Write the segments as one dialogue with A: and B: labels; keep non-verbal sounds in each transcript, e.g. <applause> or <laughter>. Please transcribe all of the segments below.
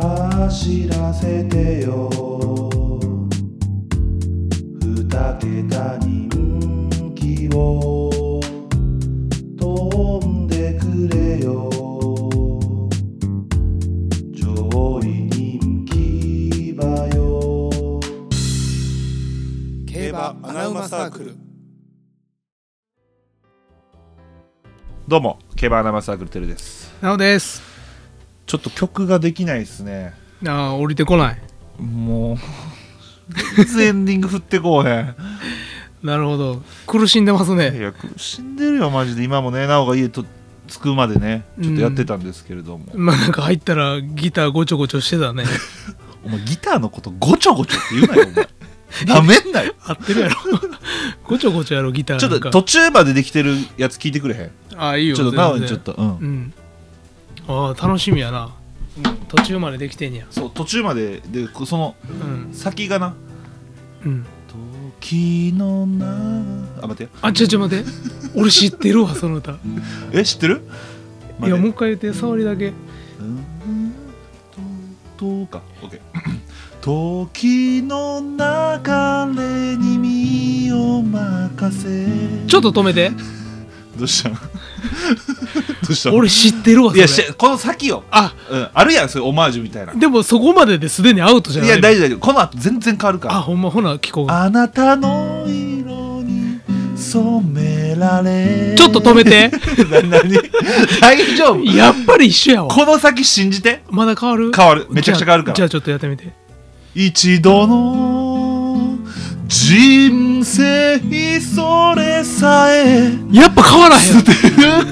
A: 走らせてよ二桁人気を飛んでくれよ上位人気馬よ
B: 競馬アナウマサークル
A: どうも競馬アナマサークルテルです
B: なおです
A: ちょっと曲ができないですね
B: ああ降りてこない
A: もういつエンディング振ってこうへん
B: なるほど苦しんでます
A: い
B: ね
A: や苦しんでるよマジで今もねなおが家と着くまでねちょっとやってたんですけれども、
B: まあなんか入ったらギターごちょごちょして
A: <laughs>
B: たね
A: お前ギターのことごちょごちょって言うなよ
B: <laughs>
A: お前なめんなよ
B: 合ってるやろ <laughs> ごちょごちょやろギター
A: ちょ
B: な
A: っ
B: ん
A: と
B: か
A: 途中までできてるやつ聞いてくれへん
B: ああいいよ
A: ちょっと
B: 全然
A: なおにちょっとうん、
B: うんああ楽しみやな、途中までできてんや
A: そう途中まででこその
B: うん
A: 先がな
B: うん
A: 時のなあ待ってよ
B: あちょちょ待って俺知っ
A: <laughs>
B: てるわその歌
A: え知ってる
B: いやもう
A: う
B: 一回言って触りだけ
A: うんととかオッケー <clears throat> 時の流れに身を任せ
B: ちょっと止めて
A: どうした <laughs> んどうしたん
B: 俺知ってるわそ
A: い
B: れ
A: やしこの先よ
B: あ
A: うん、あるやんそういうオマージュみたいな
B: でもそこまでですでにアウトじゃ
A: い
B: ない
A: や大丈夫大丈夫この後全然変わるから
B: あほんまほな聞こう
A: あなたの色に染められ
B: ちょっと止めて
A: な <laughs> 何大丈夫
B: やっぱり一緒やわ
A: この先信じて
B: まだ変わる
A: 変わるめちゃくちゃ変わるから
B: じゃあじゃあちょっとやってみて
A: 一度の人生それさえ
B: やっぱ変わらへ
A: 捨
B: ん
A: てる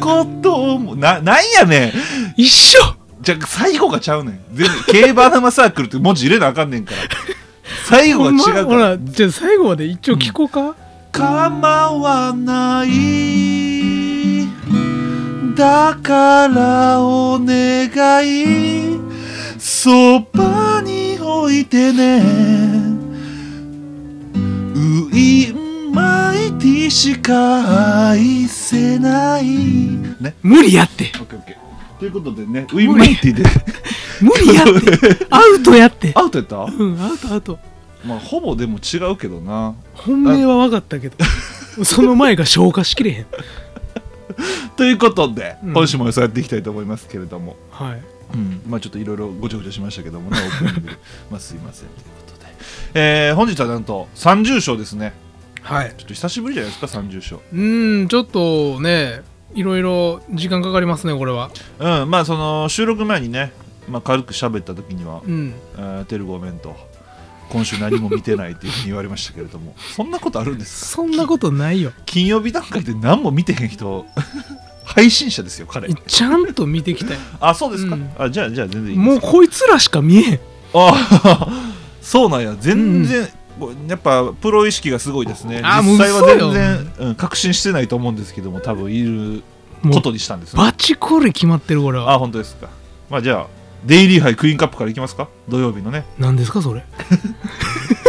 A: こともななんやねん
B: 一緒
A: じゃあ最後がちゃうねん全部競馬生サークルって文字入れなあかんねんから
B: <laughs>
A: 最後が
B: ほ
A: 違
B: んま
A: う
B: ほ
A: から
B: らじゃあ最後まで一応聞こうか、
A: 構わないだからお願いそばに置いてねウィンマイティしか愛せないね
B: 無理やって
A: オッケーオッケーということでねウィンマイティで
B: <laughs> 無理
A: <laughs>
B: やってアウトやって
A: アウトやった
B: うんアウトアウト
A: まあほぼでも違うけどな
B: 本命は分かったけどその前が消化しきれへん
A: ということで、
B: うん
A: 今週も予想やっていきたいと思いますけれども、
B: はい
A: うんまあちょっといろいろごちゃごちゃしましたけど <laughs> もねオープニングまあすいませんということで、えー本日はなんと30章ですね
B: はい
A: ちょっと久しぶりじゃないですか30章
B: うーんちょっとねいろいろ時間かかりますねこれは
A: うんまあその収録前にね、まあ、軽く喋った時には
B: うん
A: 「えーテルごめん」と「今週何も見てない」っていうふうに言われましたけれどもそんなことあるんです
B: そんなことないよ
A: 金曜日段階で何も見てへん人 <laughs> 配信者ですよ彼
B: ちゃんと見てきたよ
A: あそうですか、
B: うん
A: あじゃあじゃあ全然いいです
B: もうこいつらしか見えへん
A: ああ <laughs> そうなんや全然、こうやっぱプロ意識がすごいですね
B: あー
A: 実際は
B: もう
A: 全
B: 嘘よ
A: 然、うん、確信してないと思うんですけども多分いる
B: も
A: こ
B: う
A: とにしたんですね
B: バチコレ決まってるこれは
A: あ本当ですかまあじゃあデイリー杯クイーンカップからいきますか土曜日のね <laughs>
B: 何ですかそれ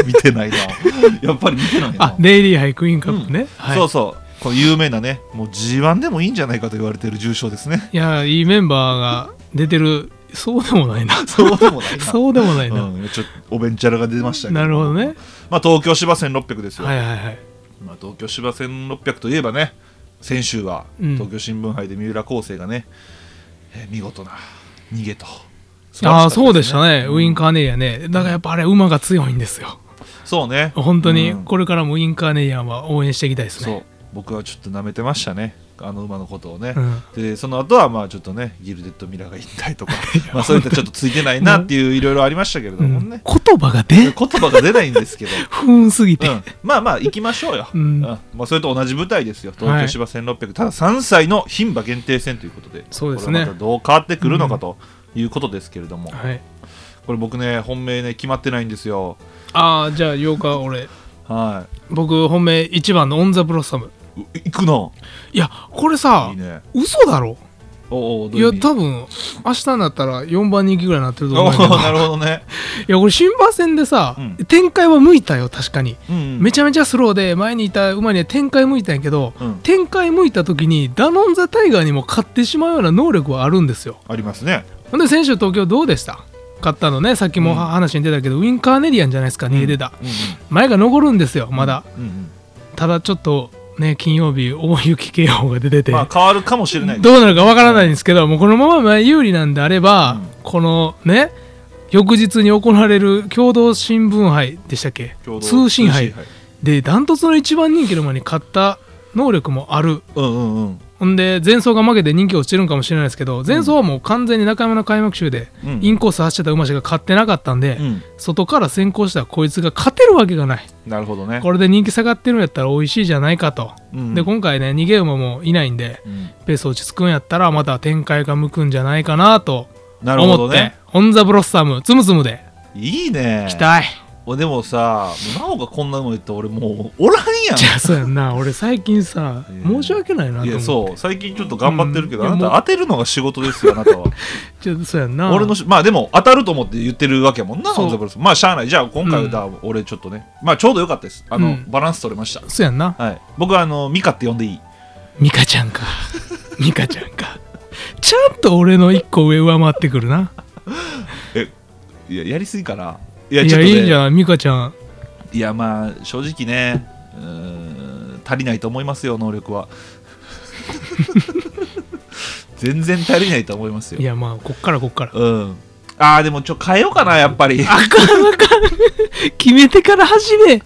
A: 見てないな <laughs> やっぱり見てないな
B: あデイリーハイクイーンカップね、
A: う
B: はい、
A: そうそうこの有名なねもう G1 でもいいんじゃないかと言われてる重賞ですね
B: いやいいメンバーが出てるそうでもないな
A: <laughs> そうでもないな
B: <laughs> そうでもないな、
A: うん、ちょっとおベンチャラが出ましたけど
B: なるほどね
A: まあ東京芝1600ですよ、
B: はいはいはい
A: まあ、東京芝1600といえばね先週は
B: うん
A: 東京新聞杯で三浦康生がね、えー見事な逃げと、
B: ああーそうでしたね、ウィン
A: カ
B: カーネイアねだからやっぱあれ馬が強いんですよ
A: そうね
B: 本当に
A: うん
B: これからもウィンカーネイアンは応援していきたいです
A: そ
B: ね
A: う僕はちょっと舐めてましたねあの馬のことをね、
B: うん
A: でその後はまあちょっとねギルデッドミラーが引退
B: <laughs>
A: とかまあそういったちょっとついてないなっていういろいろありましたけれど
B: うん
A: もね、
B: 言葉が出
A: 言
B: ん
A: 葉が出ないんですけど
B: 不運すぎて、
A: うん、まあまあ行きましょうよ、
B: うん
A: まあ、それと同じ舞台ですよ東
B: は
A: 京
B: い
A: 芝1600、ただ3歳の牝馬限定戦ということで
B: そうですね
A: これまたどう変わってくるのかということですけれども、
B: はい
A: これ僕ね本命ね決まってないんですよ
B: ああじゃあ8日俺
A: は
B: 僕本命1番のオン・ザ・ブロッサム
A: いう行くの
B: いやこれさ
A: いいね
B: 嘘だろ
A: おうおうどう
B: いうや
A: 意味
B: 多分明日になったら4番人気ぐらいになってると
A: お
B: 思う
A: うん
B: やけど
A: <laughs> なるほどね、
B: いやこれ新馬戦でさ、
A: うん
B: 展開は向いたよ確かに、
A: うんうん、
B: め
A: ゃ
B: ちゃめちゃスローで前にいた馬には展開向いたんやけど、
A: うん
B: 展開向いた時にダノン・ザ・タイガーにも勝ってしまうような能力はあるんですよ
A: ありますね
B: ほんで先週東京どうでしたかったのねさっきも話に出たけど、ウィン・カーネリアンじゃないですか逃げてた、
A: うん
B: 前が残るんですよまだ、
A: うんうん
B: ただちょっとね金曜日大雪警報が出てて、
A: まあ変わるかもしれない
B: どうなるかわからないんですけどもうこのまま前有利なんであれ
A: う
B: ば、
A: ん
B: このね翌日に行われる共同新聞杯でしたっけ
A: 共同
B: 通信杯
A: 通信
B: でダントツの一番人気の馬に勝った能力もある
A: うんうんうん
B: ほんで前走が負けて人気落ちるんかもしれないですけど前走はもう完全に中山の開幕週で
A: うん
B: インコース走ってた馬しか勝ってなかったんで、
A: うん
B: 外から先行したこいつが勝てるわけがない
A: なるほどね
B: これで人気下がってるんやったら美味しいじゃないかと、
A: うん
B: で今回ね逃げ馬もいないんで
A: うん
B: ペース落ち着くんやったらまた展開が向くんじゃないかなと
A: なるほ
B: 思
A: ど
B: って、
A: ね
B: オン・ザ・ブロッサムつむつむで
A: いいね
B: 期
A: <laughs>
B: 待、
A: おでもさもうなおがこんなの言ったら俺もうおらんやん
B: じゃあそうやんな俺最近さ
A: いや
B: 申し訳ないなと思っ
A: い
B: て
A: やそう最近ちょっと頑張ってるけど、
B: うん
A: あない
B: や
A: た
B: もう
A: 当てるのが仕事ですよあなたは
B: ちょっとそうやんな
A: 俺のしまあでも当たると思って言ってるわけやもんな
B: そう
A: オンザブロスまあしゃあないじゃあ今回はだ、俺ちょっとねまあちょうどよかったですあの、
B: うん
A: バランス取れました
B: そうやんな
A: はい僕はあのミカって呼んでいい
B: ミカちゃんか <laughs> ミカちゃんかちゃんと俺の一個上上回ってくるない
A: ややりすぎかない
B: い
A: や
B: や,、
A: ちょっと、ね、
B: いいんじゃないミカちゃん
A: いやまあ正直ねうーん足りないと思いますよ能力
B: <laughs>
A: は全然足りないと思います
B: い
A: よ
B: やまあこっからこっから
A: うんああでもちょ変えようかなやっぱり
B: あかんあかん決めてから走れ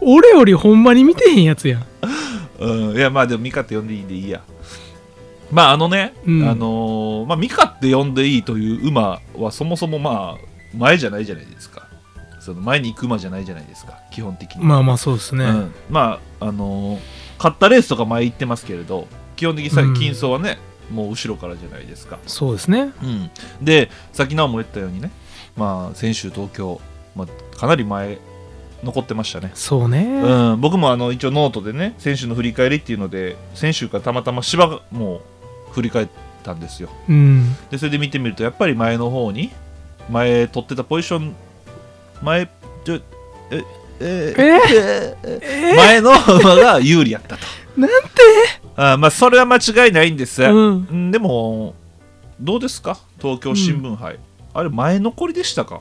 B: 俺よりほんまに見てへんやつやん
A: うん、いやまあでもミカって呼んでいいんでいいやまああのね、
B: うん
A: あのーまあ、ミカって呼んでいいという馬はそもそもまあ前じゃないじゃないですかその前に行く馬じゃないじゃないですか基本的に、
B: まあまあそうですね、
A: うん、まああのー勝ったレースとか前行ってますけれど基本的にさ
B: うん
A: 金走はね、もう後ろからじゃないですか、
B: そうですね
A: うん、でさっきなおも言ったようにね、まあ、先週東京、まあ、かなり前残ってましたね
B: そうね、
A: うん、僕もあの一応ノートでね選手の振り返りっていうので先週からたまたま芝がもう振り返ったんですよ
B: うん、
A: でそれで見てみるとやっぱり前の方に前取ってたポジション前ちょええ
B: え
A: え
B: えー
A: 前の馬が有利やったと <laughs>
B: なんて
A: あまあそれは間違いないんです、う
B: うん
A: ん、でもどうですか東京新聞杯、あれ前残りでしたか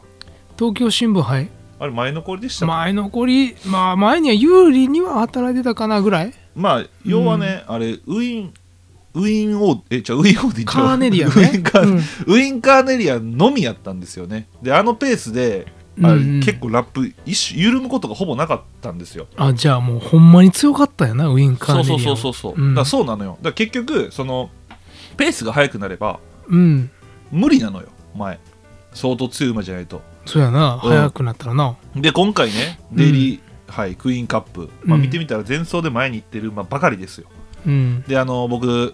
B: 東京新聞杯
A: あれ前残りでしたか
B: 前残りまあ前には有利には働いてたかなぐらい
A: まあ要はね、あれウィンウィンオーえじゃウィンオーディ
B: カーネリアン
A: ウィン
B: ね
A: カー、
B: うん
A: ウィンカーネリアンのみやったんですよねであのペースであれ、
B: うんうん
A: 結構ラップ一瞬緩むことがほぼなかったんですよ
B: あじゃあもうほんまに強かったよなウィンカー
A: そ
B: ネ
A: う
B: リア
A: そ
B: ン
A: うそうそうそう、
B: うん
A: だからそうなのよだから結局そのペースが速くなれば
B: うん
A: 無理なのよ前相当強い馬じゃないと
B: そうやな、
A: うん
B: 早くなったらな
A: で今回ねデイリー、はい、クイーンカップ、まあ、
B: うん
A: 見てみたら前走で前に行ってる馬ばかりですよ
B: うん
A: であの僕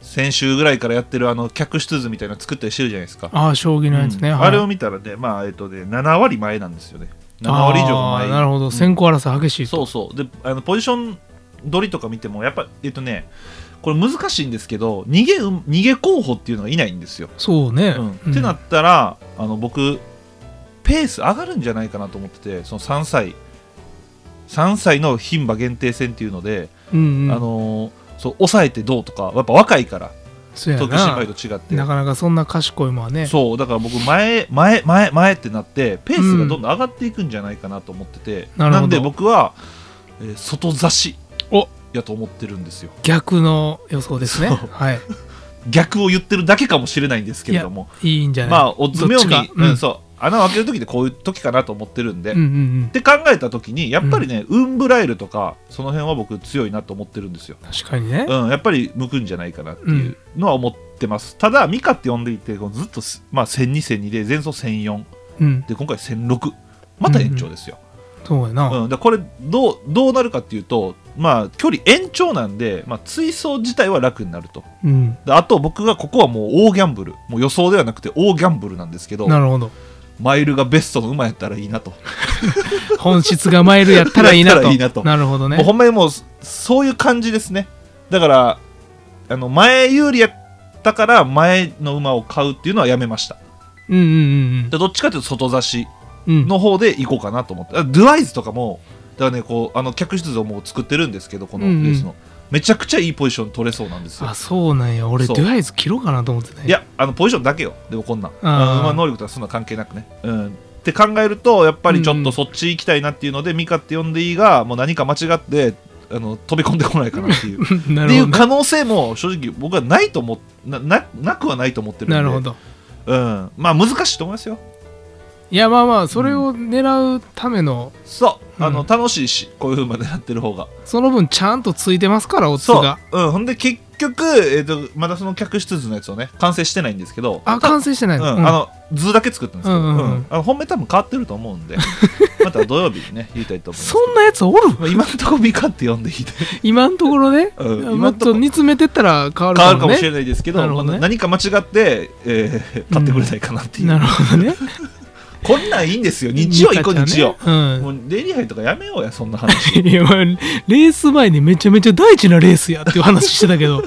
A: 先週ぐらいからやってるあの客室図みたいなの作ったりしてるじゃないですか
B: ああ将棋のやつね、
A: うん
B: はい
A: あれを見たらねまあえっとね7割前なんですよね7割以上が
B: あ
A: 前
B: ーなるほど
A: うん
B: 先行争い激しいと、
A: そうそうであのポジション取りとか見てもやっぱえっとねこれ難しいんですけど逃げうん逃げ候補っていうのがいないんですよ、
B: そうね、
A: うんってなったらあの僕ペース上がるんじゃないかなと思っててその3歳3歳の牝馬限定戦っていうので、
B: うんうん
A: あのーそう抑えてどうとかやっぱ若いから
B: そうや
A: 東京心配
B: な
A: と違って
B: なかなかそんな賢い馬はね
A: そうだから僕前前前前ってなってペースがどんどん上がっていくんじゃないかなと思ってて、
B: なるほど
A: んで僕は、えー外差し
B: お
A: やと思ってるんですよ
B: 逆の予想ですね
A: そう
B: はい
A: 逆を言ってるだけかもしれないんですけれども
B: いいんじゃない
A: まあオッズ妙に
B: どっちか
A: うん
B: うん
A: そう穴を開ける時ってこういう時かなと思ってるんで、
B: うんう
A: っ
B: ん
A: て考えた時にやっぱりね、ウンブライルとかその辺は僕強いなと思ってるんですよ、
B: うん確かにね
A: うん、やっぱり向くんじゃないかなっていうのは思ってます、ただミカって呼んでいてこうずっとす、まあ、1002,002で前走1004
B: うん
A: で今回1006また延長ですよ、
B: そうや
A: う
B: な、
A: んでこれどうどうなるかっていうと、まあ、距離延長なんで、まあ、追走自体は楽になると
B: うん、
A: であと僕がここはもう大ギャンブルもう予想ではなくて大ギャンブルなんですけど
B: なるほど
A: マイルがベストの馬やったらいいなと、
B: 本質がマイルやったらいいな
A: やった
B: と
A: らいいなと
B: るほどね
A: もうほんまにもうそそういう感じですねだからあの前有利やったから前の馬を買うっていうのはやめました
B: うんうん
A: でどっちかというと外差し
B: うんうん
A: の方で行こうかなと思って、あドゥアイズとかもだからねこうあの客室像も作ってるんですけどこのレースの、めちゃくちゃいいポジション取れそうなんですよ
B: あそうなんや俺
A: そ
B: と
A: う
B: りあえず切ろうかなと思ってね
A: いやあのポジションだけよでもこんなん、うん
B: あー
A: まあ、能力とかそんな関係なくね、うん、って考えるとやっぱりちょっとそっち行きたいなっていうので、ミカって呼んでいいがもう何か間違ってあの飛び込んでこないかなっていうっ
B: <laughs> <laughs> な
A: て
B: る
A: い
B: ほ
A: う
B: ど
A: 可能性も正直僕はないと思っなななくはないと思ってるんで
B: なるほど
A: うん、まあ難しいと思いますよ
B: いやまあまあそれを狙うための、
A: そうあの、
B: うん
A: 楽しいしこういうふうまでやってる方が
B: その分ちゃんとついてますからオッズ
A: そう
B: が、
A: うん、ほんで結局、えー、とまだその客室図のやつをね完成してないんですけど
B: あ完成してない
A: うん
B: の、
A: あの図だけ作ったんですけど、
B: うんうんうん
A: うんあの本命多分変わってると思うん
B: <laughs>
A: でまた土曜日にね言いたいと思います
B: そんなやつおる
A: まあ今のところみかんって呼んでいいで
B: 今のところね、
A: うん
B: も
A: 今
B: っ
A: んとこと
B: 煮詰めてったら変わる
A: 変わる
B: か
A: か
B: も
A: も
B: ね
A: しれないですけど
B: なるほどね
A: まあ何か間違って、えー買ってくれないかなっていう、
B: なるほどね
A: こんなんいいんですよ日曜行こう日曜、
B: うん
A: もうデイリー杯とかやめようやそんな話
B: いやまあレース前にめちゃめちゃ大事なレースやっていう話してたけ
A: <laughs>
B: ど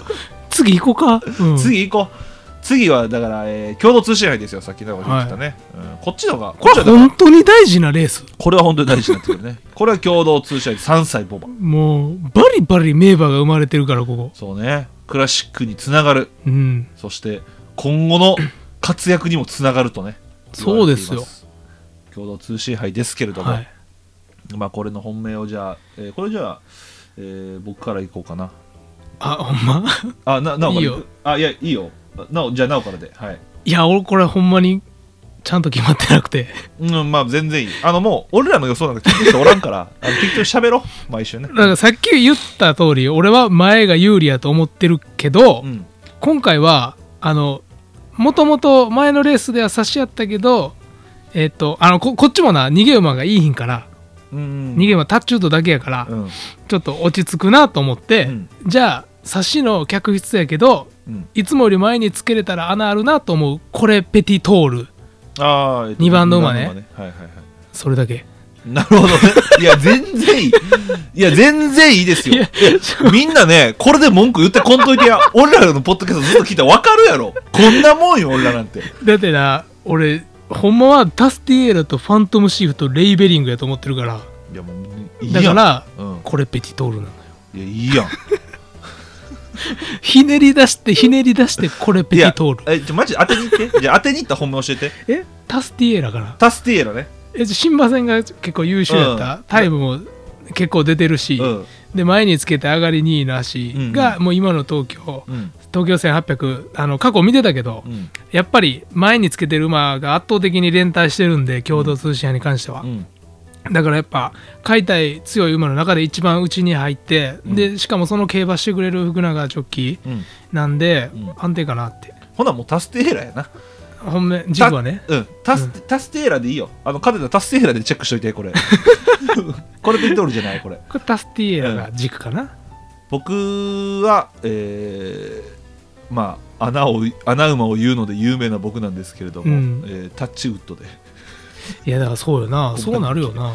B: 次行こうか、うん、
A: 次行こう次はだから、えー共同通信杯ですよさっきの言ってたね、うんこっちのが
B: こ
A: っち
B: れ
A: はだから
B: 本当に大事なレース
A: これは本当に大事になってくるねこれは共同通信杯3歳ボバ
B: もうバリバリ名馬が生まれてるからここ
A: そうねクラシックにつながる
B: うん
A: そして今後の活躍にもつながるとね
B: そうですよ
A: 言われています共同通信杯ですけれども、
B: はい
A: まあこれの本命をじゃあ、えーこれじゃあ、えー僕からいこうかな
B: あほんま <laughs>
A: あななおから
B: いい
A: 行
B: よ
A: くあいやいいよなおじゃあなおからではい
B: いや俺これほんまにちゃんと決まってなくて
A: うんまあ全然いいあのもう俺らの予想なんか聞いてる人おらんから <laughs> あの適当に喋ろう毎週ね
B: だからさっき言った通り俺は前が有利やと思ってるけど、
A: うん
B: 今回はあのもともと前のレースでは差し合ったけどえっ、とあのここっちもな逃げ馬がいいひんから、
A: うん
B: 逃げ馬タッチュートだけやから、
A: うん
B: ちょっと落ち着くなと思って、
A: うん
B: じゃあ差しの客室やけど
A: うん
B: いつもより前につけれたら穴あるなと思うこれペティトール
A: ああ、えっと
B: 二番の馬ね
A: 二はいはいはい
B: それだけ
A: なるほどねいや全然いいいや全然いいですよ
B: いや
A: みんなね、これで文句言ってこんといてや。俺らのポッドキャストずっと聞いたら分かるやろ。こんなもんよ、俺らなんて。
B: だってな俺ほんまはダスティエーラとファントムシーフとレイベリングやと思ってるから
A: いや、もう、いいや
B: だ
A: ん。
B: から
A: うん。
B: これペティトールなのよ
A: いや、いいやん。
B: ひねり出してひねり出してこれペ
A: い
B: テ
A: や
B: ィトール
A: え、ちょ、マジ当てに行って。じゃあ当てに行った本名教えて。
B: えタスティエーラから
A: タスティエラね。
B: えじゃあ新馬戦が結構優秀だった、
A: うん
B: タイムも結構出てるし、
A: うん。
B: で前につけて上がり2位の足が、
A: う
B: もう今の東京
A: うん。
B: 東京戦800あの過去見てたけど、
A: うん。
B: やっぱり前につけてる馬が圧倒的に連帯してるんで共同通信派に関しては
A: う、ん。
B: だからやっぱ解体強い馬の中で一番内に入って、
A: うん
B: でしかもその競馬してくれる福永ジョッキ
A: うん。
B: ーなんで、
A: うん
B: 安定かなって
A: ほな、もうタスティエラやな。
B: 本命軸はね
A: たうん。タス、タスティエラでいいよ。あの、勝てたタスティエラでチェックしといて、こ
B: <laughs>
A: れ。これでドルじゃない、これ。
B: これタスティエラが軸かな、
A: 僕は、えー、まあ、穴を、穴馬を言うので有名な僕なんですけれども、
B: うん
A: えータッチウッドで。
B: いやだからそうよな
A: 僕
B: そうなるよな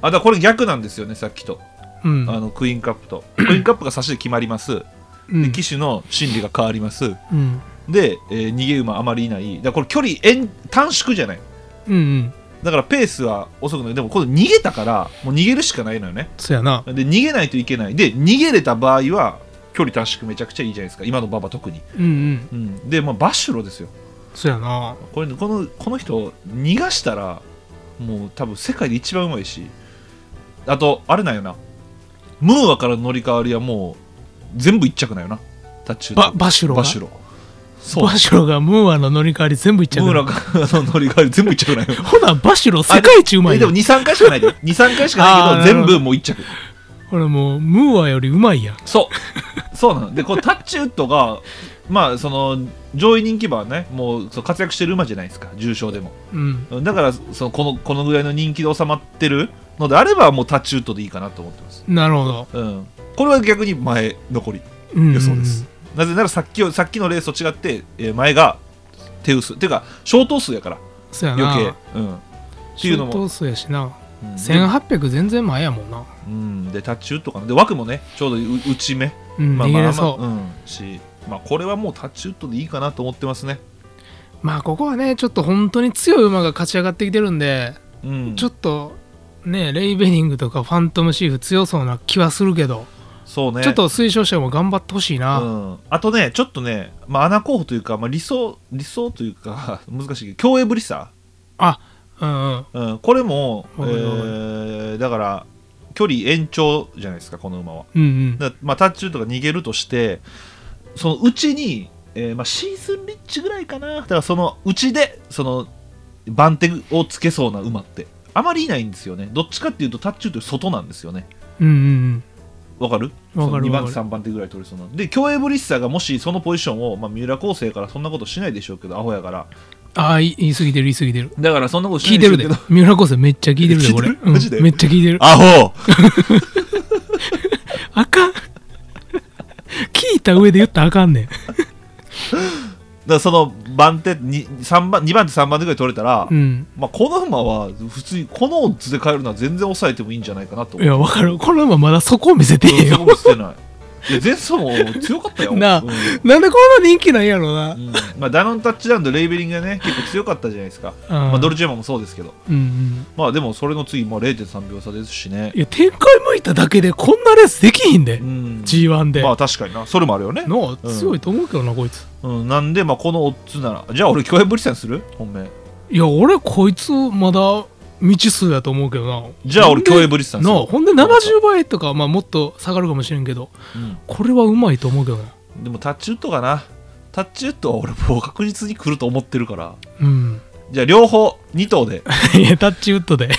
A: あだからこれ逆なんですよねさっきと、
B: うん
A: あのクイーンカップとクイーンカップが差しで決まります、
B: うん
A: で騎手の心理が変わります
B: うん
A: で、えー逃げ馬あまりいないだからこれ距離延短縮じゃない
B: うんうん
A: だからペースは遅くないでも今度逃げたからもう逃げるしかないのよね
B: そうやな
A: で逃げないといけないで逃げれた場合は距離短縮めちゃくちゃいいじゃないですか今の馬場特に、
B: うんうん
A: うん、で、まあ、バッシュロですよ
B: そうやな
A: これこのこの人逃がしたらもう多分世界で一番うまいしあとあれなんよなムーアからの乗り換わりはもう全部一着なんよなタッチュ
B: ババシュロが
A: バシュロそう
B: バシュロがムーアの乗り換わり全部いっちゃう
A: ム
B: か
A: ー
B: ら
A: アからの乗り換わり全部一着なんよ
B: ほなバシュロ <laughs> 世界一うま
A: え
B: い
A: で
B: よ
A: も23回しかないで23回しかないけど
B: あーなるほ
A: 全
B: ど
A: 部もう一着
B: ほらもうムーアよりうまいやん
A: そうそうなのでこのタッチウッドがまあその上位人気馬はねもうそう活躍してる馬じゃないですか重賞でも
B: うん
A: だからそのこのこのぐらいの人気で収まってるのであればもうタッチウッドでいいかなと思ってます、
B: なるほど、
A: うん、これは逆に前残り
B: うん、
A: 予想です、なぜならさっきよさっきのレースと違って、えー前が手薄っていうか小頭数やから
B: そうやな
A: 余計、うん、っていうのも
B: ショート数やしな
A: うん
B: 1800全然前やもんな、
A: うん、でタッチウッドかなで枠もねちょうどう内目、
B: うん逃げれそう、
A: あまうん、し、まあ、これはもうタッチウッドでいいかなと思ってますね、
B: まあここはねちょっと本当に強い馬が勝ち上がってきてるんで、
A: うん、
B: ちょっとねレイベリングとかファントムシーフ強そうな気はするけど
A: そうね
B: ちょっと推奨者も頑張ってほしいな、
A: うん、あとねちょっとね、まあ、穴候補というか、まあ、理想理想というか <laughs> 難しいけど競泳ぶりさ、
B: あうんうん
A: うん、これも、え
B: わかるわかる
A: ーだから距離延長じゃないですかこの馬は
B: うんうん
A: だまあ、タッチューとか逃げるとしてそのうちに、えーまあ、シーズンリッチぐらいかなだからそのうちでその番手をつけそうな馬ってあまりいないんですよねどっちかっていうとタッチューという外なんですよね
B: うんうん
A: わかる
B: わかる
A: 2番
B: わかる
A: 手3番手ぐらい取れそうなで競泳ブリッサーがもしそのポジションを、まあ、三浦昴生からそんなことしないでしょうけどアホやから
B: ああ言い言い過ぎてる言い過ぎてる
A: だからそんなことしな
B: 聞
A: い
B: い
A: で
B: て
A: しょう
B: る
A: け
B: で
A: ど
B: 三浦昴生めっちゃ聞いてるで
A: 聞いてる
B: これ、
A: マジで
B: うんめっちゃ聞いて
A: <laughs>
B: る
A: アホ
B: あかん聞いた上で言ったらあかんねん
A: だからその番手に三番2番手3番手ぐらい取れたら、
B: うん
A: まあ、この馬は普通にこのオッズで買えるのは全然抑えてもいいんじゃないかなと
B: い
A: 思う
B: やわかるこの馬まだそこを見せてへん
A: うん
B: よ
A: そこも捨てないいや前走も強かったよ
B: なあ
A: うん
B: なんでこんな人気なんやろうな、
A: うんまあ、ダノンタッチダウンとレイベリングがね結構強かったじゃないですか、まあ、ドル
B: ち
A: チェマもそうですけど
B: うんうん
A: まあでもそれの次も0.3秒差ですしね
B: いや展開向いただけでこんなレースできひんで、
A: うん
B: G1 で、
A: まあ確かになそれもあるよね、
B: の
A: うん
B: 強いと思うけどな、こいつ
A: うん、なんでまあこのオッズならじゃあ俺共演ブリさんする本命
B: いや俺こいつまだ未知数やと思うけどな
A: じゃあ俺
B: ほん
A: 共
B: で
A: 演ブリさんす
B: な
A: る
B: あほんで70倍とか、まあ、もっと下がるかもしれんけどこれはうまいと思うけどな
A: うんでもタッチウッドかなタッチウッドは俺もう確実に来ると思ってるから
B: うん <laughs>
A: じゃあ両方2頭で
B: いやタッチウッドで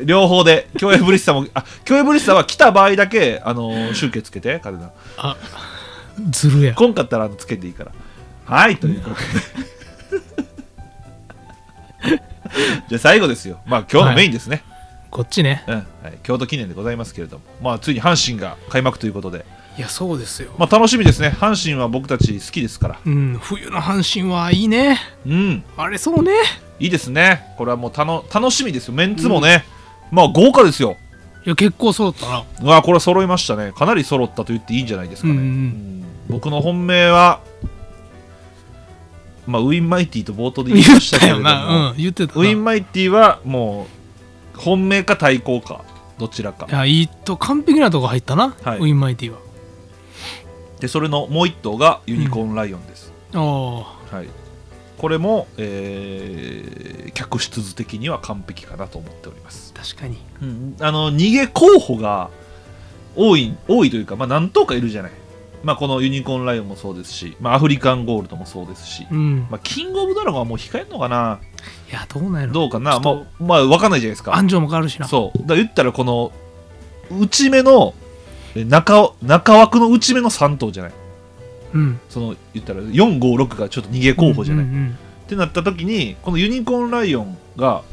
A: うん両方で共演ブリッサ <laughs> もあ共演ブリッサは来た場合だけあのー集計つけてカデナ
B: あずるや
A: こんかったらあのつけていいからはいということで <laughs> じゃあ最後ですよまあ今日のメインですね、
B: こっちね
A: うんはい、京都記念でございますけれどもまあついに阪神が開幕ということで
B: いやそうですよ
A: まあ楽しみですね阪神は僕たち好きですから
B: うん冬の阪神はいいね
A: うん
B: あれそうね
A: いいですねこれはもうたの楽しみですよメンツもね、まあ豪華ですよ
B: いや結構そうだったな
A: うわこれは揃いましたねかなり揃ったと言っていいんじゃないですかね、
B: うんうん
A: 僕の本命はまあウィンマイティと冒頭で言いましたけれども、
B: うん言ってた
A: ウィンマイティはもう本命か対抗かどちらか
B: いやいいと完璧なとこ入ったな、
A: はい
B: ウィンマイティは
A: でそれのもう一頭がユニコーンライオンです、
B: あ
A: はいこれも、えー客室図的には完璧かなと思っております
B: あ、確かに
A: あの逃げ候補が多い多いというか、まあ、何頭かいるじゃない、まあ、このユニコーンライオンもそうですし、まあ、アフリカンゴールドもそうですし、
B: うん、
A: まあ、キングオブドラゴンはもう控えるのかない
B: やどうなんやろ
A: どうかな
B: ちょ
A: ま
B: っ
A: あ、まあ、分かんないじゃないです
B: と
A: か
B: 安城も変わるしな
A: そうだから言ったらこの内目のえ中中枠の内目の3頭じゃない
B: うん
A: その言ったら456がちょっと逃げ候補じゃない、
B: うんうん
A: ってなった時にこのユニコーンライオンが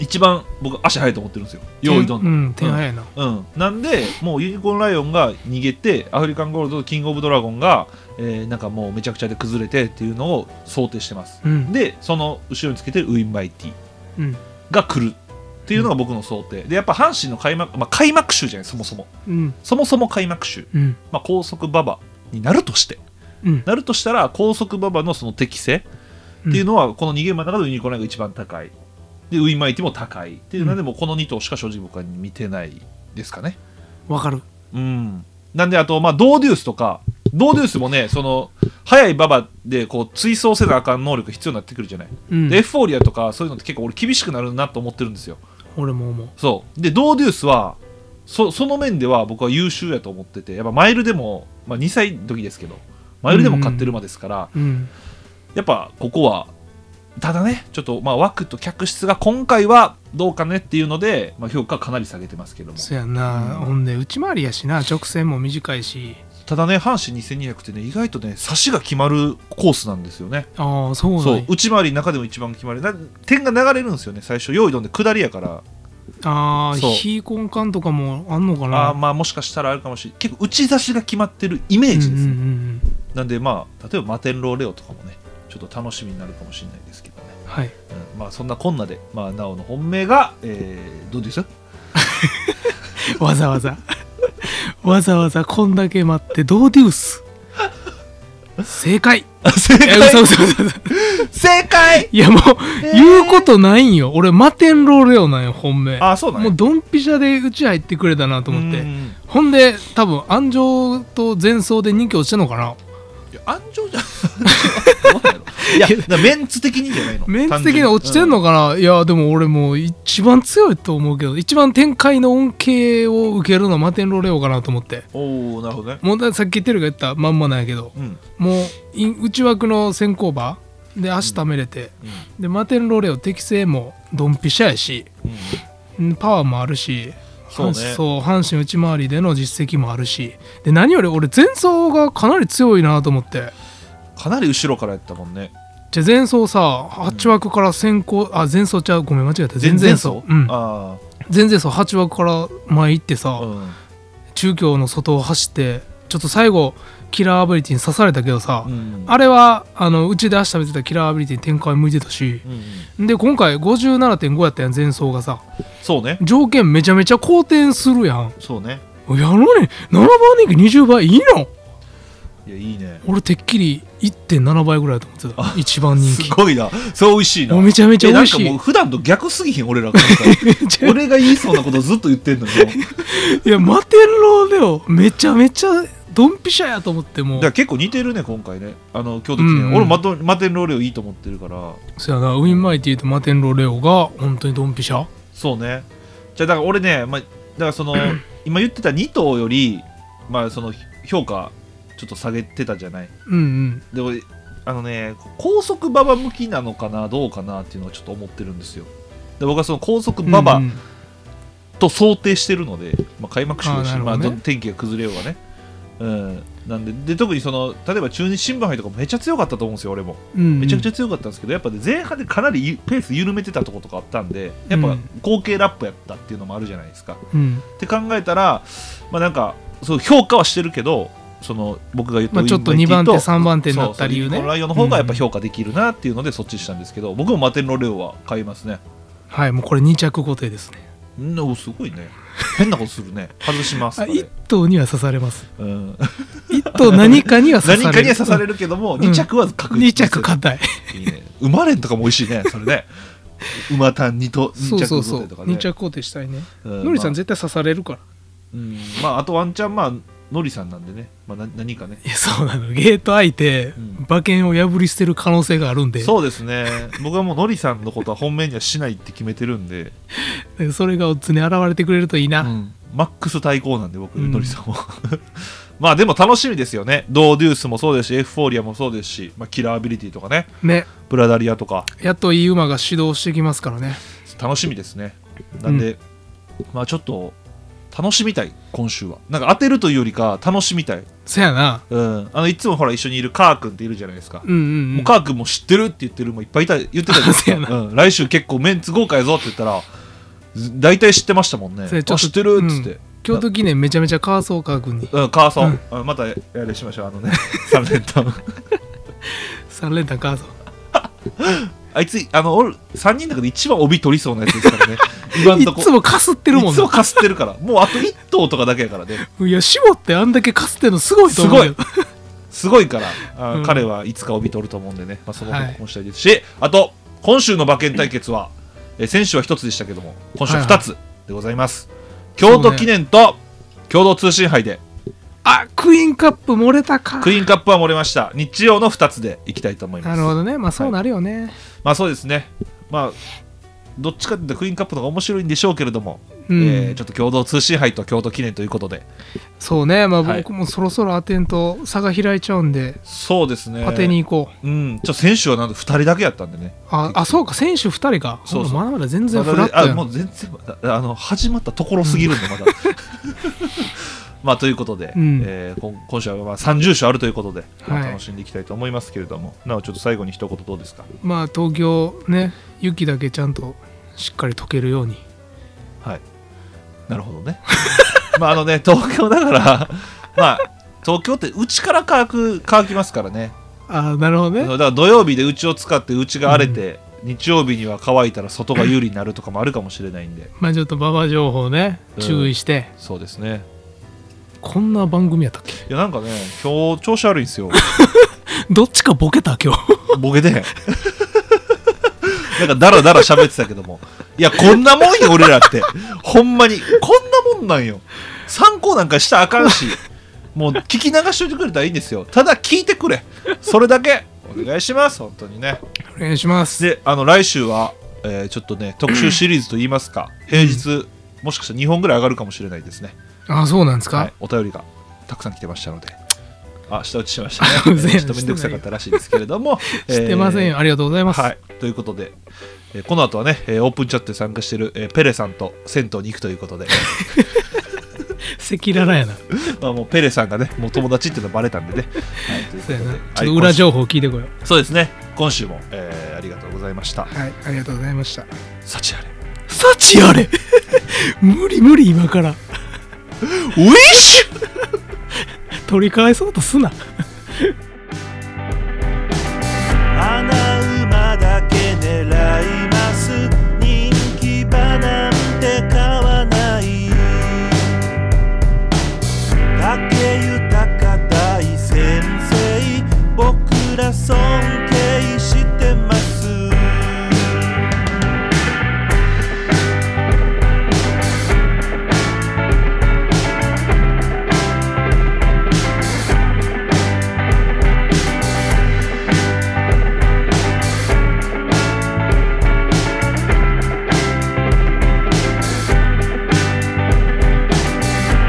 A: 一番僕足早いと思ってるんですよ用意どん
B: う
A: の
B: ん点早いな
A: うん、なんでもうユニコーンライオンが逃げてアフリカンゴールドとキングオブドラゴンが、えーなんかもうめちゃくちゃで崩れてっていうのを想定してます
B: うん
A: でその後ろにつけてるウィンマイティ
B: うん
A: が来るっていうのが僕の想定でやっぱ阪神の開幕、まあ、開幕週じゃないそもそも
B: うん
A: そもそも開幕週、
B: うん
A: まあ、高速馬場になるとして
B: うん
A: なるとしたら高速馬場のその適性っていうのはこの逃げ馬の中でユニコーンライオンが一番高いでウィンマイティも高いっていうので、
B: う
A: もうこの2頭しか正直僕は見てないですかね
B: わかる
A: うん、なんであと、まあ、ドーデュースとかドーデュースもねその速い馬場でこう追走せなあかん能力必要になってくるじゃない、
B: うん
A: でエフフォーリアとかそういうのって結構俺厳しくなるなと思ってるんですよ
B: 俺も思う
A: そうでドーデュースはそその面では僕は優秀やと思っててやっぱマイルでも、まあ、2歳時ですけどマイルでも勝ってる馬ですから、
B: うん
A: やっぱここはただねちょっとまあ枠と客室が今回はどうかねっていうので、まあ、評価かなり下げてますけども
B: そやな、
A: うん
B: ほんで内回りやしな直線も短いした
A: だね阪神2200ってね意外とね差しが決まるコースなんですよね
B: ああそうなんや
A: そう内回りの中でも一番決まるな点が流れるんですよね最初用意どんで下りやから、
B: ああ
A: そう
B: 非根幹とかもあんのかな
A: ああまあもしかしたらあるかもしれない結構打ち差しが決まってるイメージです、ね
B: うんうんうん
A: なんでまあ例えばマテンローレオとかもねちょっと楽しみになるかもしれないですけどね、<laughs>
B: うん、はい
A: うんまあそんなこんなで、まあ、なおの本命が、えー、どうです
B: わざ <laughs> わざわざわざこんだけ待ってドーデュース正解
A: 正
B: いや嘘
A: 解
B: 嘘嘘嘘
A: 正解
B: いやもう、
A: えー
B: 言うことないんよ俺マテンローレオなんよ本命
A: あそうなん
B: も
A: や
B: うドンピシャでうち入ってくれたなと思っ
A: う
B: て
A: ん
B: ほんで多分安城と前奏で人気落ちたのかない
A: や安城じゃ <laughs> どうなんやろいやだからメンツ的にじゃないの
B: メンツ的に落ちてんのかな、いやでも俺もう一番強いと思うけど一番展開の恩恵を受けるのはマテンローレオかなと思って
A: おおなるほどね
B: もうださっきテルが言ったまんまなんやけど
A: うん
B: もうい内枠の先行馬で足ためれて、でマテンローレオ適性もドンピシャやし
A: うんうん
B: んパワーもあるし
A: そうね
B: 阪神そう阪神内回りでの実績もあるしで何より俺前走がかなり強いなと思って
A: かなり後ろからやったもんね
B: じゃあ前走さ8枠から先行、あ前走ちゃうごめん間違えた前々走うん
A: あ
B: 前々走8枠から前行って
A: あ
B: さ、
A: うん
B: 中京の外を走ってちょっと最後キラーアビリティに刺されたけどさ、
A: うん
B: あれはあのうちで足食べてたキラーアビリティに展開向いてたし
A: うんうん
B: で今回57.5やったやん前走がさ
A: そうね
B: 条件めちゃめちゃ好転するやん
A: そうね
B: やのに7番人気20倍いいの
A: いやいいね
B: 俺てっきり1.7倍ぐらいだと思ってた1番人
A: す
B: 気
A: ごいなそう美味しいな
B: もうめちゃめちゃ美味し
A: え
B: い
A: なんかもう普段と逆すぎひん俺ら
B: <laughs>
A: からしたら俺が言いそうなことずっと言ってんのよ
B: いやマテンローレオめちゃめちゃドンピシャやと思っても
A: だ
B: う
A: から結構似てるね今回ねあの京都記念、
B: うんうん
A: 俺マトマテンローレオいいと思ってるから
B: そやなウィンマイティとマテンローレオが本当にドンピシャ
A: そうねじゃあだから俺ね、まあ、だから
B: <clears throat>
A: その今言ってた2頭よりまあその評価ちょっと下げてたじゃない
B: うんうん
A: で俺あのね高速馬場向きなのかなどうかなっていうのはちょっと思ってるんですよで僕はその高速馬場
B: うんうん
A: と想定してるので、まあ、開幕週だし
B: あーなるほ
A: まあ、
B: どね
A: ど天気が崩れようがね、うん、なんでで特にその例えば中日新聞杯とかめっちゃ強かったと思うんですよ俺も
B: うんうん
A: めちゃくちゃ強かったんですけど、やっぱね前半でかなりゆペース緩めてたとことかあったんでやっ
B: う
A: ぱ
B: ん
A: 合計ラップやったっていうのもあるじゃないですか、
B: うん
A: って考えたら、まあ、なんかそう評価はしてるけどその僕が言った
B: まあちょっと
A: ウィン
B: 2
A: マイテ
B: 番手
A: ィと
B: 3番手になった理由
A: そうそう
B: ね
A: このライオンの方がやっぱ評価できるなっていうのでそっちにしたんですけど、僕もマテンロレオは買いますね
B: はいもうこれ2着固定ですね
A: うんおすごいね変なことするね外します
B: あ
A: あれ
B: 1頭には刺されます
A: うん、
B: 1頭何かには刺
A: 何
B: される
A: かには刺されるけども、
B: ん
A: 2着は確
B: 2
A: 実
B: 着硬い
A: いいね馬連とかも美味しいねそれね馬単2と
B: そ
A: 2
B: う
A: 着
B: そう
A: 固
B: そう
A: 定とかね
B: 2着固定したいね
A: うん
B: のりさん
A: まあ
B: 絶対刺されるから
A: うんまああとワンチャンまあノリさんなんでね、まあ、な何かね
B: いやそうなのゲート開いて、
A: ん
B: 馬券を破り捨てる可能性があるんで
A: そうですね僕はもうノリさんのことは本命にはしないって決めてるんで、
B: でそれが常に現れてくれるといいな、
A: うんマックス対抗なんで僕、
B: うん
A: ノリさんも <laughs> まあでも楽しみですよねドーデュースもそうですしエフフォーリアもそうですし、まあ、キラーアビリティとかね
B: ね
A: ブラダリアとか
B: やっといい馬が指導してきますからね
A: 楽しみですねなんで、まあちょっと楽しみたい今週はなんか当てるというよりか楽しみたい、
B: そやな
A: うん、あのいつもほら一緒にいるカー君っているじゃないですか、
B: うんうんう
A: も
B: ん
A: うカー君も知ってるって言ってるもういっぱいいた言ってたじゃないです
B: そうや
A: か、うん、来週結構メンツ豪華やぞって言ったらず大体知ってましたもんね
B: それちょ
A: あ
B: っと
A: 知ってるっつって、
B: 京都記念めちゃめちゃカーソーカー君に
A: うんカーソ
B: うん
A: ン、あまたやれしましょうあのね <laughs> 三連単
B: 3連単カーソー
A: あいつあの俺3人の中で一番帯取りそうなやつですからね今んとこ
B: <laughs> いつもかすってるも
A: い
B: ん
A: つも
B: な
A: かすってるからもうあと1頭とかだけやからね
B: いや絞ってあんだけかすってるのすごいと思うよ
A: すごいから、あー
B: うん
A: 彼はいつか帯取ると思うんでね、まあ、その
B: はい
A: 結婚したいですし、あと今週の馬券対決は、えー先週は1つでしたけども今週は2つでございます、京
B: そう
A: 都
B: ね
A: 記念と共同通信杯で
B: あクイーンカップ漏れたか
A: クイーンカップは漏れました日曜の2つでいきたいと思いま
B: な
A: す
B: るほどねまあそうなるよね、
A: まあそうですねまあどっちかっていうとクイーンカップの方が面白いんでしょうけれども、
B: うん
A: えーちょっと共同通信杯と京都記念ということで
B: そうねまあ
A: はい
B: 僕もそろそろ当てんと差が開いちゃうんで
A: そうですね
B: 当てに行こう、
A: うんちょっと選手はなんと2人だけやったんでね
B: ああそうか選手2人か
A: そうそう
B: ほんままだまだ全然フラット
A: あ
B: や
A: も
B: ん
A: う全然まだあの始まったところすぎるんでまだ <laughs> まあということで、
B: うん
A: えーこん今週はまあ30種あるということで、まあ
B: はい
A: 楽しんでいきたいと思いますけれどもなおちょっと最後に一言どうですか
B: まあ東京ね雪だけちゃんとしっかり溶けるように
A: はいなるほどね <laughs> まああのね東京だから <laughs> まあ東京ってうちから乾く乾きますからね
B: ああなるほど
A: だ
B: ね
A: から土曜日でうちを使ってうちが荒れて、日曜日には乾いたら外が有利になるとかもあるかもしれないんで
B: まあちょっと馬場情報ね
A: うん
B: 注意して、
A: そうですね
B: こんな番組やったっけ
A: いやなんかね今日調子悪いんですよ
B: どっちかボケた今日
A: ボケてへんなんかダラダラ喋ってたけどもいやこんなもんよ俺らってほんまにこんなもんなんよ参考なんかしたらあかんしもう聞き流しといてくれたらいいんですよただ聞いてくれそれだけお願いします本当にね
B: お願いします
A: であの来週は、えーちょっとね特集シリーズといいますか平日もしかしたら2本ぐらい上がるかもしれないですね、
B: あそうなんですか、
A: はい、お便りがたくさん来てましたのであ舌打ちしましたね
B: うぜえ
A: ちょっと面倒くさかったらしいですけれど
B: <laughs>
A: も
B: 知ってませんよ、ありがとうございます、
A: はい、ということで、えーこの後はね、えーオープンチャットで参加してる、えーペレさんと銭湯に行くという <laughs> ことで、
B: 赤裸々やな
A: まあもうペレさんがね、もう友達っていうのはバレたんでね。はい、というこ
B: そ
A: と
B: うや
A: で
B: な
A: はい
B: ちょっと裏情報聞いてこよう
A: 今週そうですね、今週も、えーありがとうございました。
B: はいありがとうございました
A: 幸あれ。
B: 幸あれ <laughs> 無理無理今から
A: ウィッシュ
B: 取り返そうとすな
C: 穴馬だけ狙います人気馬なんて買わない竹豊大先生僕ら尊敬してます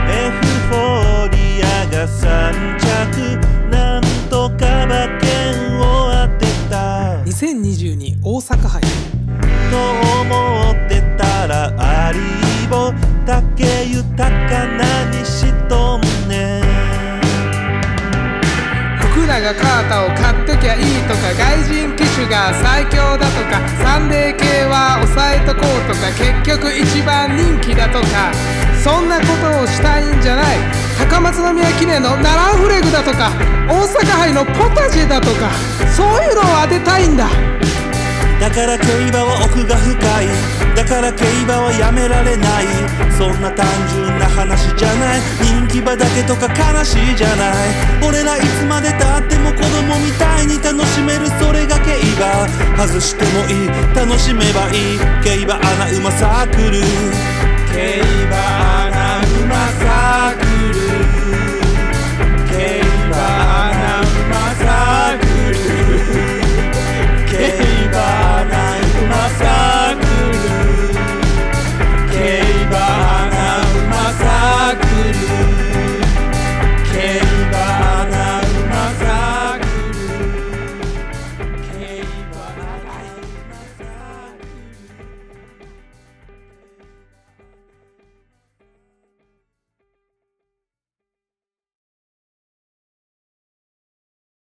C: エフフォーリアが3着なんとか馬券を当てた
B: 2022大阪杯
C: と思ってたらアリーボ竹豊何しとんねん
B: 福永カータを買っときゃいいとか外人機種が最強だとかサンデー系は抑えとこうとか結局一番人気だとかそんなことをしたいんじゃない高松宮記念のナランフレグだとか大阪杯のポタジェだとかそういうのを当てたいんだ
C: だから競馬は奥が深いだから競馬はやめられないそんな単純な話じゃない人気馬だけとか悲しいじゃない俺らいつまでたっても子供みたいに楽しめるそれが競馬外してもいい楽しめばいい競馬アナウマサークル競馬アナウマサークル